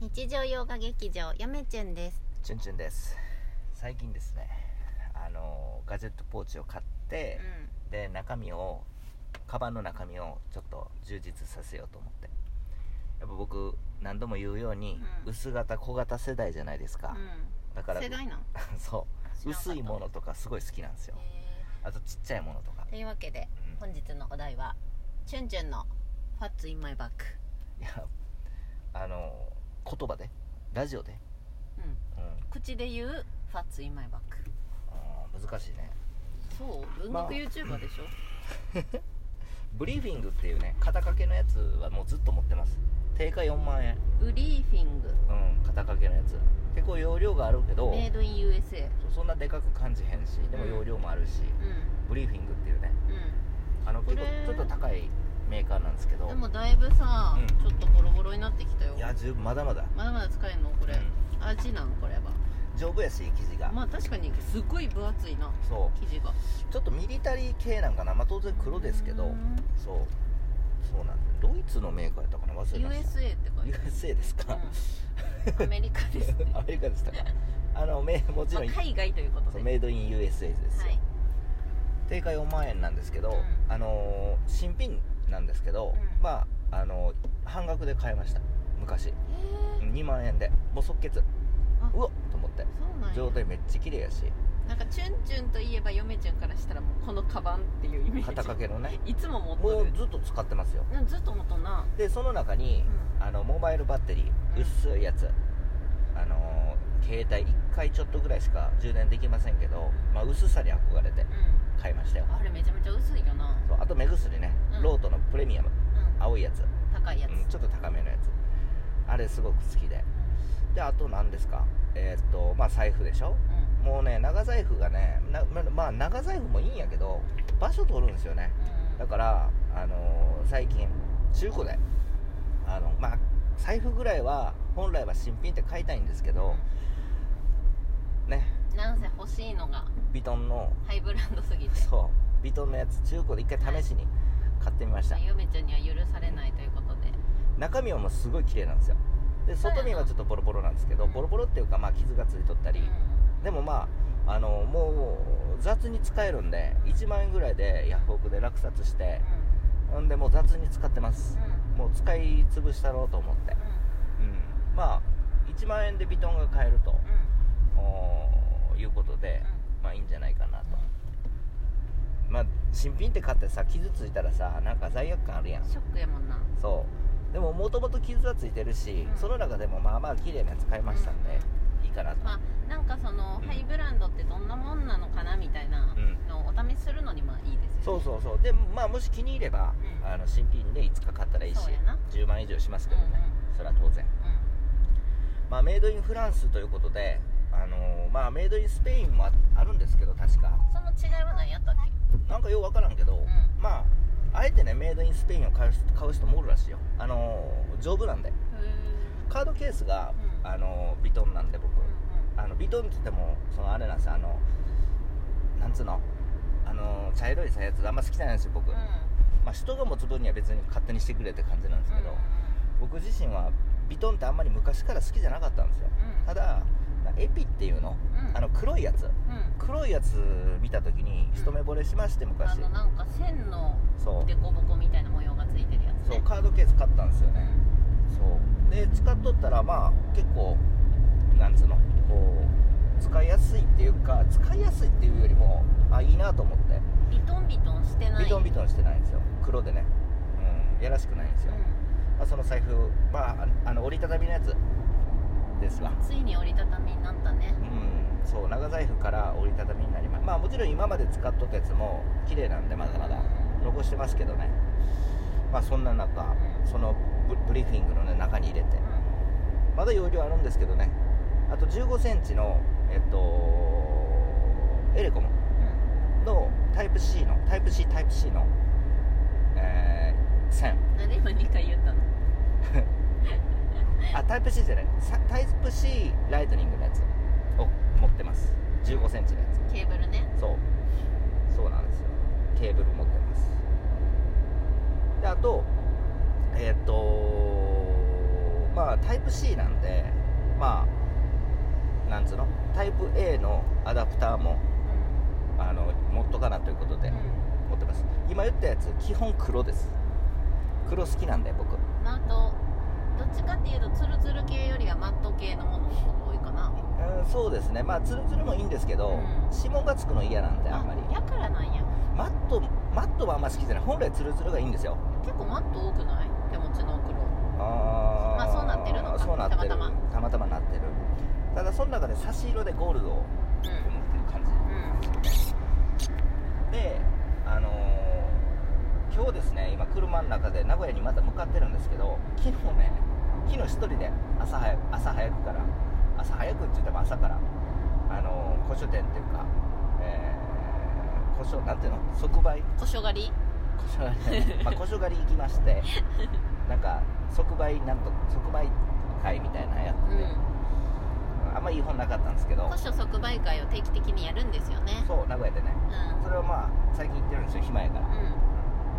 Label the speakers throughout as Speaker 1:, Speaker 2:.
Speaker 1: 日常洋画劇場やめちゅんです
Speaker 2: チュンチュンです最近ですねあのガジェットポーチを買っ
Speaker 1: う
Speaker 2: て、
Speaker 1: ん
Speaker 2: で中身をカバンの中身をちょっと充実させようと思ってやっぱ僕何度も言うように、
Speaker 1: うん
Speaker 2: 薄型小型世代じゃないですか、だから
Speaker 1: うん、世代なん
Speaker 2: そ
Speaker 1: 知
Speaker 2: う
Speaker 1: らなかった
Speaker 2: 薄いものとかすごい好きなんですよ
Speaker 1: へ
Speaker 2: あとちっちゃいものとか
Speaker 1: ー、というわけで
Speaker 2: うん
Speaker 1: 本日のお題は「チュンチュンのファッツインマイバッグ
Speaker 2: いやあの言葉でラジオで、」
Speaker 1: うん
Speaker 2: うん
Speaker 1: 口で言う「ファッツインマイバッグ
Speaker 2: うん難しいね」
Speaker 1: そう文
Speaker 2: まあ
Speaker 1: 学 YouTuber でしょ、
Speaker 2: ブリーフィングっていうね肩掛けのやつはもうずっと持ってます定価4万円
Speaker 1: ブリーフィング
Speaker 2: うん肩掛けのやつ結構容量があるけど
Speaker 1: メイドイン USA
Speaker 2: そうそんなでかく感じへんしでも
Speaker 1: うん
Speaker 2: 容量もあるし、
Speaker 1: うん
Speaker 2: ブリーフィングっていうね
Speaker 1: うん
Speaker 2: あの
Speaker 1: こ
Speaker 2: 結
Speaker 1: れ
Speaker 2: 構ちょっと高いメーカーなんですけど
Speaker 1: でもだいぶさ、
Speaker 2: うん
Speaker 1: ちょっとボロボロになってきたよ
Speaker 2: いや十分まだまだ
Speaker 1: まだまだ使えんのこれ、
Speaker 2: うん
Speaker 1: 味なんこれは
Speaker 2: 丈夫やし生地が、
Speaker 1: まあ確かにすごい分厚いな
Speaker 2: そ
Speaker 1: 生地が
Speaker 2: うちょっとミリタリー系なんかなまあ当然黒ですけ
Speaker 1: う
Speaker 2: ど
Speaker 1: ん
Speaker 2: そうそうなんですドイツのメーカーやったかな忘れました
Speaker 1: USA って書いて
Speaker 2: USA です
Speaker 1: あ
Speaker 2: か
Speaker 1: る、うん、 アメリカですね
Speaker 2: アメリカでしたかあのめもち
Speaker 1: まあ
Speaker 2: ろん、
Speaker 1: 海外ということ
Speaker 2: そ
Speaker 1: で
Speaker 2: うメイドイン USA ですよ、
Speaker 1: はい
Speaker 2: 定価4万円なんですけ
Speaker 1: う
Speaker 2: ど、
Speaker 1: ん
Speaker 2: あのー新品なんですけど、
Speaker 1: うん
Speaker 2: まああのー半額で買いました昔
Speaker 1: へえ
Speaker 2: 2万円でもう即決
Speaker 1: あ
Speaker 2: うわっと思って
Speaker 1: そうなんや
Speaker 2: 状態めっちゃ綺麗やし
Speaker 1: なんかチュンチュンといえば嫁ちゃんからしたらもうこのカバンっていうイメージ
Speaker 2: 肩掛けのね
Speaker 1: いつも持っ
Speaker 2: も
Speaker 1: と
Speaker 2: う
Speaker 1: る
Speaker 2: ずっと使ってますよ
Speaker 1: うんずっと持っとんな
Speaker 2: でその中に、
Speaker 1: う
Speaker 2: あのモバイルバッテリ
Speaker 1: うん
Speaker 2: ー薄いやつ、あのー携帯1回ちょっとぐらいしか充電できませんけど、まあ、薄さに憧れて
Speaker 1: う
Speaker 2: 買いましたよ
Speaker 1: んあれめちゃめちゃ薄いよな
Speaker 2: そうあと目薬ね、
Speaker 1: うん
Speaker 2: ロートのプレミアム
Speaker 1: うん
Speaker 2: 青いやつ
Speaker 1: 高いやつ
Speaker 2: うん、ちょっと高めのやつあれすごく好きでであと何ですかえーっとまあ財布でしょ
Speaker 1: うんうん
Speaker 2: もうね長財布がねなままあ長財布もいいんやけど場所取るんですよね
Speaker 1: うん
Speaker 2: だからあのー最近中古であのまあ財布ぐらいは本来は新品って買いたいんですけど、ね
Speaker 1: うんなんせ欲しいのが
Speaker 2: ヴィトンの
Speaker 1: ハイブランドすぎて
Speaker 2: そうヴィトンのやつ中古で一回試しに買ってみました
Speaker 1: 嫁ちゃんには許されないということで
Speaker 2: 中身はもうすごい綺麗なんですよで
Speaker 1: そうやな
Speaker 2: 外身はちょっとボロボロなんですけど
Speaker 1: うん
Speaker 2: ボロボロっていうかまあ傷がついとったり、でもまああのもう雑に使えるんで1万円ぐらいでヤフオクで落札してほんでもう雑に使ってますもう使い潰したろうと思ってうんまあ1万円でビトンが買えるとおーいうことでまあいいんじゃないかなとまあ新品って買ってさ傷ついたらさなんか罪悪感あるやん
Speaker 1: ショックやもんな
Speaker 2: そうでももともと傷はついてるし、
Speaker 1: うん
Speaker 2: その中でもまあまあ綺麗なやつ買いましたんで、いいかなと、
Speaker 1: まあなんかその
Speaker 2: うん
Speaker 1: ハイブランドってどんなもんなのかなみたいな
Speaker 2: うん
Speaker 1: のをお試しするのにまあいいです
Speaker 2: そ
Speaker 1: よ
Speaker 2: う
Speaker 1: ね
Speaker 2: そうそうでまあもし気に入れば、
Speaker 1: うん
Speaker 2: あの新品でいつか買ったらいいし
Speaker 1: そうやな
Speaker 2: 10万以上しますけどね、
Speaker 1: う
Speaker 2: それは当然
Speaker 1: う
Speaker 2: まあメイドインフランスということであのーまあメイドインスペインもああるんですけど確か
Speaker 1: んその違いは何やったっけ
Speaker 2: なんかようわからんけど、
Speaker 1: ん
Speaker 2: まああえてねメイドインスペインを買う人買う人もおるらしいよあのー丈夫なんでカードケースが、
Speaker 1: うん
Speaker 2: あのービトンなんで僕、あのビトンって言ってもそのあれなんですよあのなんつうのあの茶色いさやつあんま好きじゃないんですよ僕、まあ、人が持つ分には別に勝手にしてくれって感じなんですけど、僕自身はビトンってあんまり昔から好きじゃなかったんですよただエピっていうのあの黒いやつ黒いやつ見た時に一目惚れしまして
Speaker 1: あ
Speaker 2: 昔
Speaker 1: のなんか線の
Speaker 2: そう
Speaker 1: デコボコみたいな模様がついてるやつ
Speaker 2: そう
Speaker 1: ね
Speaker 2: カードケース買ったんですよねそうで使っとったらまあ結構なんつうのこう使いやすいっていうか使いやすいっていうよりもあいいなと思って
Speaker 1: ビトンビトンしてない
Speaker 2: ビトンビトンしてないんですよ黒でねうんやらしくないんですよ、まあ、その財布まあああの折りたたみのやつですわ
Speaker 1: ついに折りたたみになったね
Speaker 2: うんそう長財布から折りたたみになりますまあもちろん今まで使っとったやつも綺麗なんでまだまだ残してますけどねまあそんな中そのブブリーフィングの、ね、中に入れてまだ容量あるんですけどねあと1 5センチのえっとエレコムのタイプ C のタイプ C タイプ C の、えー線
Speaker 1: なんで今2回言ったの
Speaker 2: あタイプ C じゃないさタイプ C ライトニングのやつを持ってます1 5センチのや
Speaker 1: ケーブルね
Speaker 2: つそうそうなんですよケーブル持ってますであとえっとまあタイプ C なんでまあなんつうのタイプ A のアダプターもあの持っとかなということで持ってます今言ったやつ基本黒です黒好きなんで僕
Speaker 1: まああとどっちかっていうとツルツル系よりはマット系のものの方が多いかな
Speaker 2: うんそうですねまあツルツルもいいんですけど、
Speaker 1: うん
Speaker 2: 指紋がつくの嫌なんであんまり
Speaker 1: やからなんや
Speaker 2: マットマットはあんま好きじゃない本来ツルツルがいいんですよ
Speaker 1: 結構マット多くない手持ちの黒
Speaker 2: あー
Speaker 1: まあそうなってるのか
Speaker 2: そうなってる
Speaker 1: たまたま
Speaker 2: たまたまなってるただその中で差し色でゴールドを
Speaker 1: うん
Speaker 2: 思ってる感じであのー今日ですね今車の中で名古屋にまた向かってるんですけど昨日ね昨日一人で朝早く朝早くから朝早くって言っても朝からあのー古書店っていうか、えー、古書なんていうの即売
Speaker 1: うん小所狩り
Speaker 2: 古書狩り、まあ、古書狩り行きましてなんか即売なんと即売会みたいなのやってて、
Speaker 1: う
Speaker 2: あんまいい本なかったんですけど
Speaker 1: ん古書即売会を定期的にやるんですよね
Speaker 2: そう名古屋でね
Speaker 1: うん
Speaker 2: それはまあ最近行ってるんですよ暇やか
Speaker 1: う
Speaker 2: ら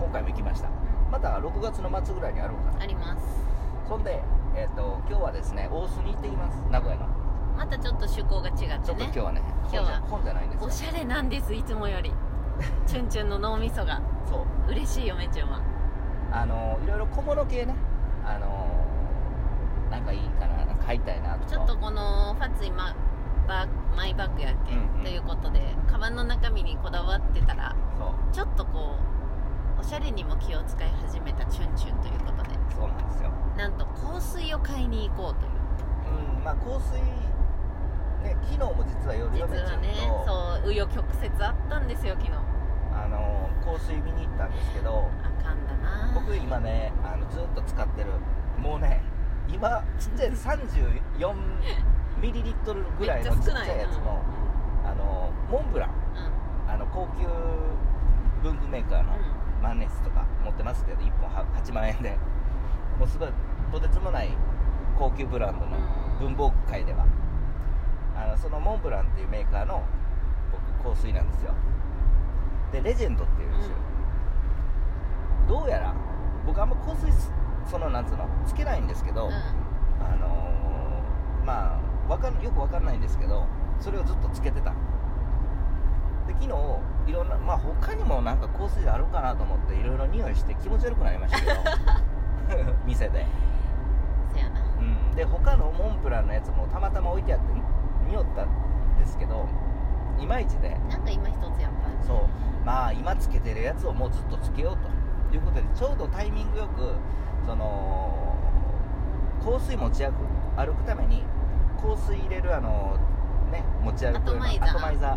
Speaker 2: 今回も行きました
Speaker 1: ん
Speaker 2: また6月の末ぐらいにあるんかな
Speaker 1: あります
Speaker 2: そんで、えー、と今日はですね大須に行ってきます名古屋の
Speaker 1: またちょっと趣向が違って
Speaker 2: ちょっと
Speaker 1: ね
Speaker 2: 今日はね
Speaker 1: 今日は
Speaker 2: 本じゃ本じゃないんです
Speaker 1: お
Speaker 2: よ
Speaker 1: しゃれなんですいつもよりチュンチュンの脳みそが
Speaker 2: そう
Speaker 1: 嬉しいよめちゅんは
Speaker 2: あのいろいろ小物系ねあのなんかいいかななんか買いたいなとか
Speaker 1: ちょっとこのファツイマバマイバッグやっけ、
Speaker 2: うんうん
Speaker 1: ということでカバンの中身にこだわってたら
Speaker 2: そう
Speaker 1: ちょっとこうおしゃれにも気を使い始めたチュンチュンということで
Speaker 2: そうなんですよ
Speaker 1: なんと香水を買いに行こうという
Speaker 2: うんまあ香水ね昨日も実は夜
Speaker 1: 実
Speaker 2: 嫁ちゃ
Speaker 1: は
Speaker 2: んと、
Speaker 1: ねそう紆余曲折あったんですよ昨日
Speaker 2: あの香水見に行ったんですけど
Speaker 1: あかんだな
Speaker 2: 僕今ねあのずっと使ってるもうね今ちっちゃい34ミリリットルぐらいのちっちゃいやつのあのモンブラン
Speaker 1: うん
Speaker 2: あの高級文具メーカーの
Speaker 1: う
Speaker 2: マネスとか持ってますけど1本は8万円でもうすごいとてつもない高級ブランドの文房具界ではあのそのモンブランっていうメーカーの僕香水なんですよでレジェンドっていうんですよ、どうやら僕あんま香水すそのなんつうのつけないんですけ
Speaker 1: ん
Speaker 2: ど、
Speaker 1: うん
Speaker 2: あのーまあわかんよくわかんないんですけどそれをずっとつけてたで昨日いろんなまあ他にもなんか香水あるかなと思っていろいろ匂いして気持ち悪くなりましたけど 店で、
Speaker 1: せやな
Speaker 2: うん、で他のモンブランのやつもたまたま置いてあって匂ったんですけどいまいちで
Speaker 1: なんか今一つやっぱ
Speaker 2: そうまあ今つけてるやつをもうずっとつけようということでちょうどタイミングよくその香水持ち歩くために香水入れるあのね持ち歩く
Speaker 1: アトマイザー
Speaker 2: アトマイザ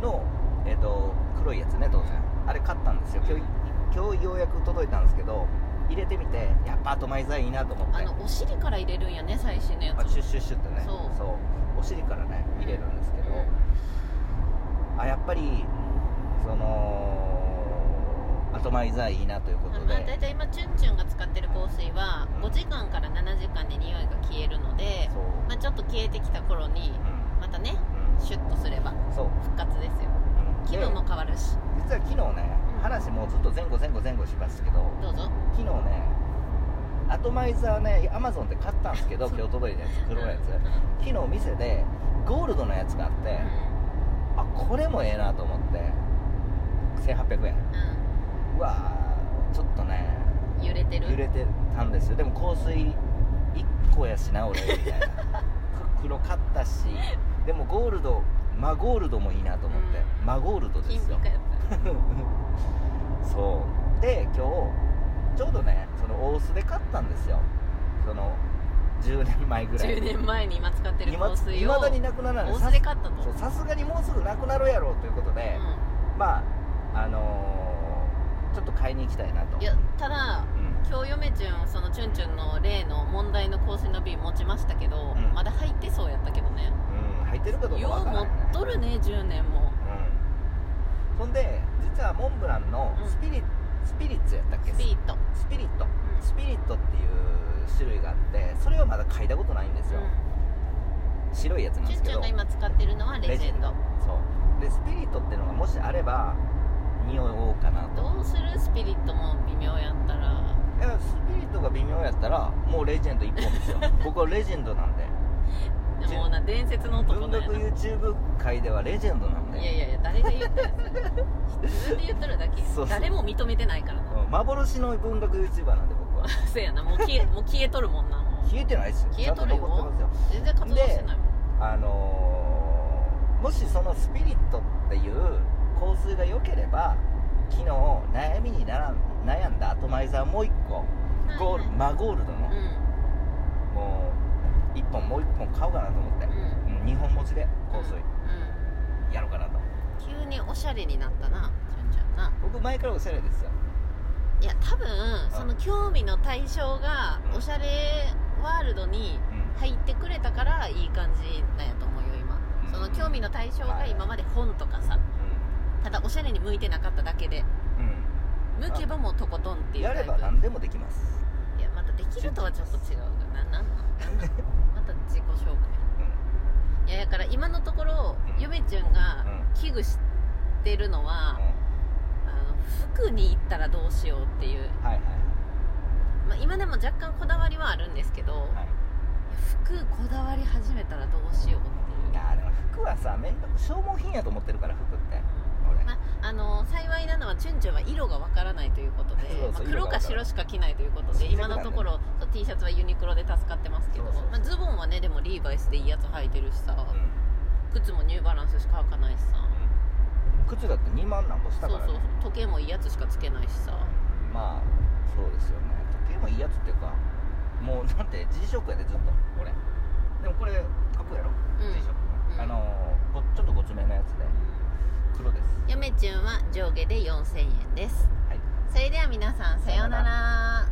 Speaker 2: ーの、えっと黒いやつね当然あれ買ったんですよ今日今日ようやく届いたんですけど入れてみてやっぱアトマイザーいいなと思って
Speaker 1: あのお尻から入れるんやね最新のや
Speaker 2: まあ
Speaker 1: つ
Speaker 2: シュッシュッシュッとね
Speaker 1: そう
Speaker 2: お尻からね入れるんですけど、あやっぱりそのアトマイザーいいなということ
Speaker 1: まあ、大
Speaker 2: で
Speaker 1: 体今チュンチュンが使ってる香水は
Speaker 2: うん
Speaker 1: 5時間から7時間で匂いが消えるので、
Speaker 2: そう、
Speaker 1: まあ、ちょっと消えてきた頃に
Speaker 2: う
Speaker 1: またね
Speaker 2: んうん
Speaker 1: シュッとすれば
Speaker 2: そう、
Speaker 1: 復活ですよ
Speaker 2: うん
Speaker 1: 気分も
Speaker 2: で
Speaker 1: 変わるし
Speaker 2: 実は昨日ね
Speaker 1: うん
Speaker 2: 話もうずっと前後前後前後しますけど
Speaker 1: どうぞ
Speaker 2: 昨日ねアトマイザーねアマゾンで買ったんですけど今日届いたやつ黒いやつ
Speaker 1: うん
Speaker 2: 昨日店でゴールドのやつがあって、あこれもええなと思って1800円
Speaker 1: うん
Speaker 2: うわーちょっとね
Speaker 1: うん揺れてる
Speaker 2: 揺れてたんですよでも香水1個やしな俺みたいな く黒買ったしでもゴールドマゴールドもいいなと思って、
Speaker 1: うん
Speaker 2: マゴールドで
Speaker 1: 金
Speaker 2: す
Speaker 1: ピ
Speaker 2: よ
Speaker 1: カやっ
Speaker 2: そうで今日ちょうどねその大須で買ったんですよその10年前ぐ
Speaker 1: た
Speaker 2: らい
Speaker 1: 10年前に今使ってる
Speaker 2: 今
Speaker 1: 香水
Speaker 2: い
Speaker 1: を
Speaker 2: まだになくならない
Speaker 1: 大
Speaker 2: さ
Speaker 1: 須
Speaker 2: す
Speaker 1: で買ったと
Speaker 2: そうさすがにもうすぐなくなるやろうということで、まああのーちょっと買いに行きたいな
Speaker 1: う
Speaker 2: と
Speaker 1: んいやただ
Speaker 2: うん
Speaker 1: 今日嫁ちゅんそのチュンチュンの例の問題の香水の瓶持ちましたけど、
Speaker 2: うん
Speaker 1: まだ入ってそうやったけどね
Speaker 2: うん、入ってるかどうか
Speaker 1: よ
Speaker 2: わ
Speaker 1: う
Speaker 2: から
Speaker 1: 持
Speaker 2: な
Speaker 1: っ
Speaker 2: い、
Speaker 1: とるね10年も
Speaker 2: うんそんで実はモンブランの
Speaker 1: うん
Speaker 2: スピリ,、スピリッツやったっけ
Speaker 1: スピート
Speaker 2: スピリット
Speaker 1: ん
Speaker 2: スピリットっていう種類があってそれはまだ嗅いだことないんですよ、白いやつなん
Speaker 1: チ
Speaker 2: で
Speaker 1: ュ
Speaker 2: す
Speaker 1: ン
Speaker 2: け
Speaker 1: チュン
Speaker 2: ど
Speaker 1: が今使ってるのはレジェンド
Speaker 2: そうでスピリットっていうのがもしあれば匂おうかなと
Speaker 1: どうするスピリットも微妙やったら
Speaker 2: いやスピリットが微妙やったらもうレジェンド一本 ですよ僕はレジェンドなんで
Speaker 1: でもうな伝説の男
Speaker 2: 文
Speaker 1: だよ
Speaker 2: 学 YouTube 界ではレジェンドな
Speaker 1: いや
Speaker 2: んで
Speaker 1: いやいや誰が言ったやつ自分で言っとるだけ
Speaker 2: そうそう
Speaker 1: 誰も認めてないからな
Speaker 2: うん幻の文学 YouTuber なんで 僕は
Speaker 1: せやなもう消えもう消えとるもんなもう
Speaker 2: 消えてないですよ
Speaker 1: 消えとるよ
Speaker 2: ちゃんと残ってますよ
Speaker 1: 全然活動してないもん
Speaker 2: あのーもしそのスピリットっていう香水が良ければ昨日悩みにならん悩んだ後前座もう一個ゴールマゴールドの、
Speaker 1: う
Speaker 2: もう一本もう一本買おうかなと思って
Speaker 1: ん、うん
Speaker 2: うん、2本持ちで香水
Speaker 1: う
Speaker 2: やろうかなと
Speaker 1: ん急におしゃれになったな純ちゃんな
Speaker 2: 僕前からおしゃれですよ
Speaker 1: いや多分その興味の対象が
Speaker 2: うん
Speaker 1: おしゃれワールドに
Speaker 2: うん
Speaker 1: 入ってくれたからいい感じなんやと思うよ今
Speaker 2: うん
Speaker 1: その興味の対象
Speaker 2: は
Speaker 1: が
Speaker 2: い
Speaker 1: 今まで本とかさただおしゃれに向いてなかっただけで
Speaker 2: うん、
Speaker 1: 向けばもうとことんって
Speaker 2: うん、
Speaker 1: いう
Speaker 2: や
Speaker 1: タ
Speaker 2: れ
Speaker 1: イプ
Speaker 2: ば何でもできます、
Speaker 1: いやまたできるとはちょっと違うななんなんなんなんまた自己紹介いやだから今のところ
Speaker 2: うん
Speaker 1: ゆめちゅんが
Speaker 2: う
Speaker 1: 危惧してるのはあの服に行ったらどうしようっていう
Speaker 2: うん、はいはい
Speaker 1: まあ、今でも若干こだわりはあるんですけど、
Speaker 2: はい
Speaker 1: 服こだわり始めたらどうしようって
Speaker 2: い
Speaker 1: いう
Speaker 2: やでも服はさ面倒く消耗品やと思ってるから服って俺、
Speaker 1: まあの幸いなのはチュンチュンは色がわからないということで
Speaker 2: そうそう
Speaker 1: まあ黒か白しか着ないということで
Speaker 2: 色
Speaker 1: 今
Speaker 2: がわ
Speaker 1: の
Speaker 2: からない
Speaker 1: ところそう T シャツはユニクロで助かってますけど
Speaker 2: そうそうそう
Speaker 1: まあ、ズボンはねでもリーバイスでいいやつ履いてるしさ、靴もニューバランスしか履かないしさ
Speaker 2: うん、靴だって2万なんぼした
Speaker 1: そう
Speaker 2: から、ね、
Speaker 1: そう時計もいいやつしかつけないしさ
Speaker 2: まあそうですよね時計もいいやつっていうかもうなんて G ショックやでずっと俺でもこれかっこいいやろ、
Speaker 1: うん
Speaker 2: G ショック、
Speaker 1: うん
Speaker 2: あのーこちょっとごつめのやつで黒です
Speaker 1: やめちゅんは上下で4000円です
Speaker 2: はい
Speaker 1: それでは皆さんさようなら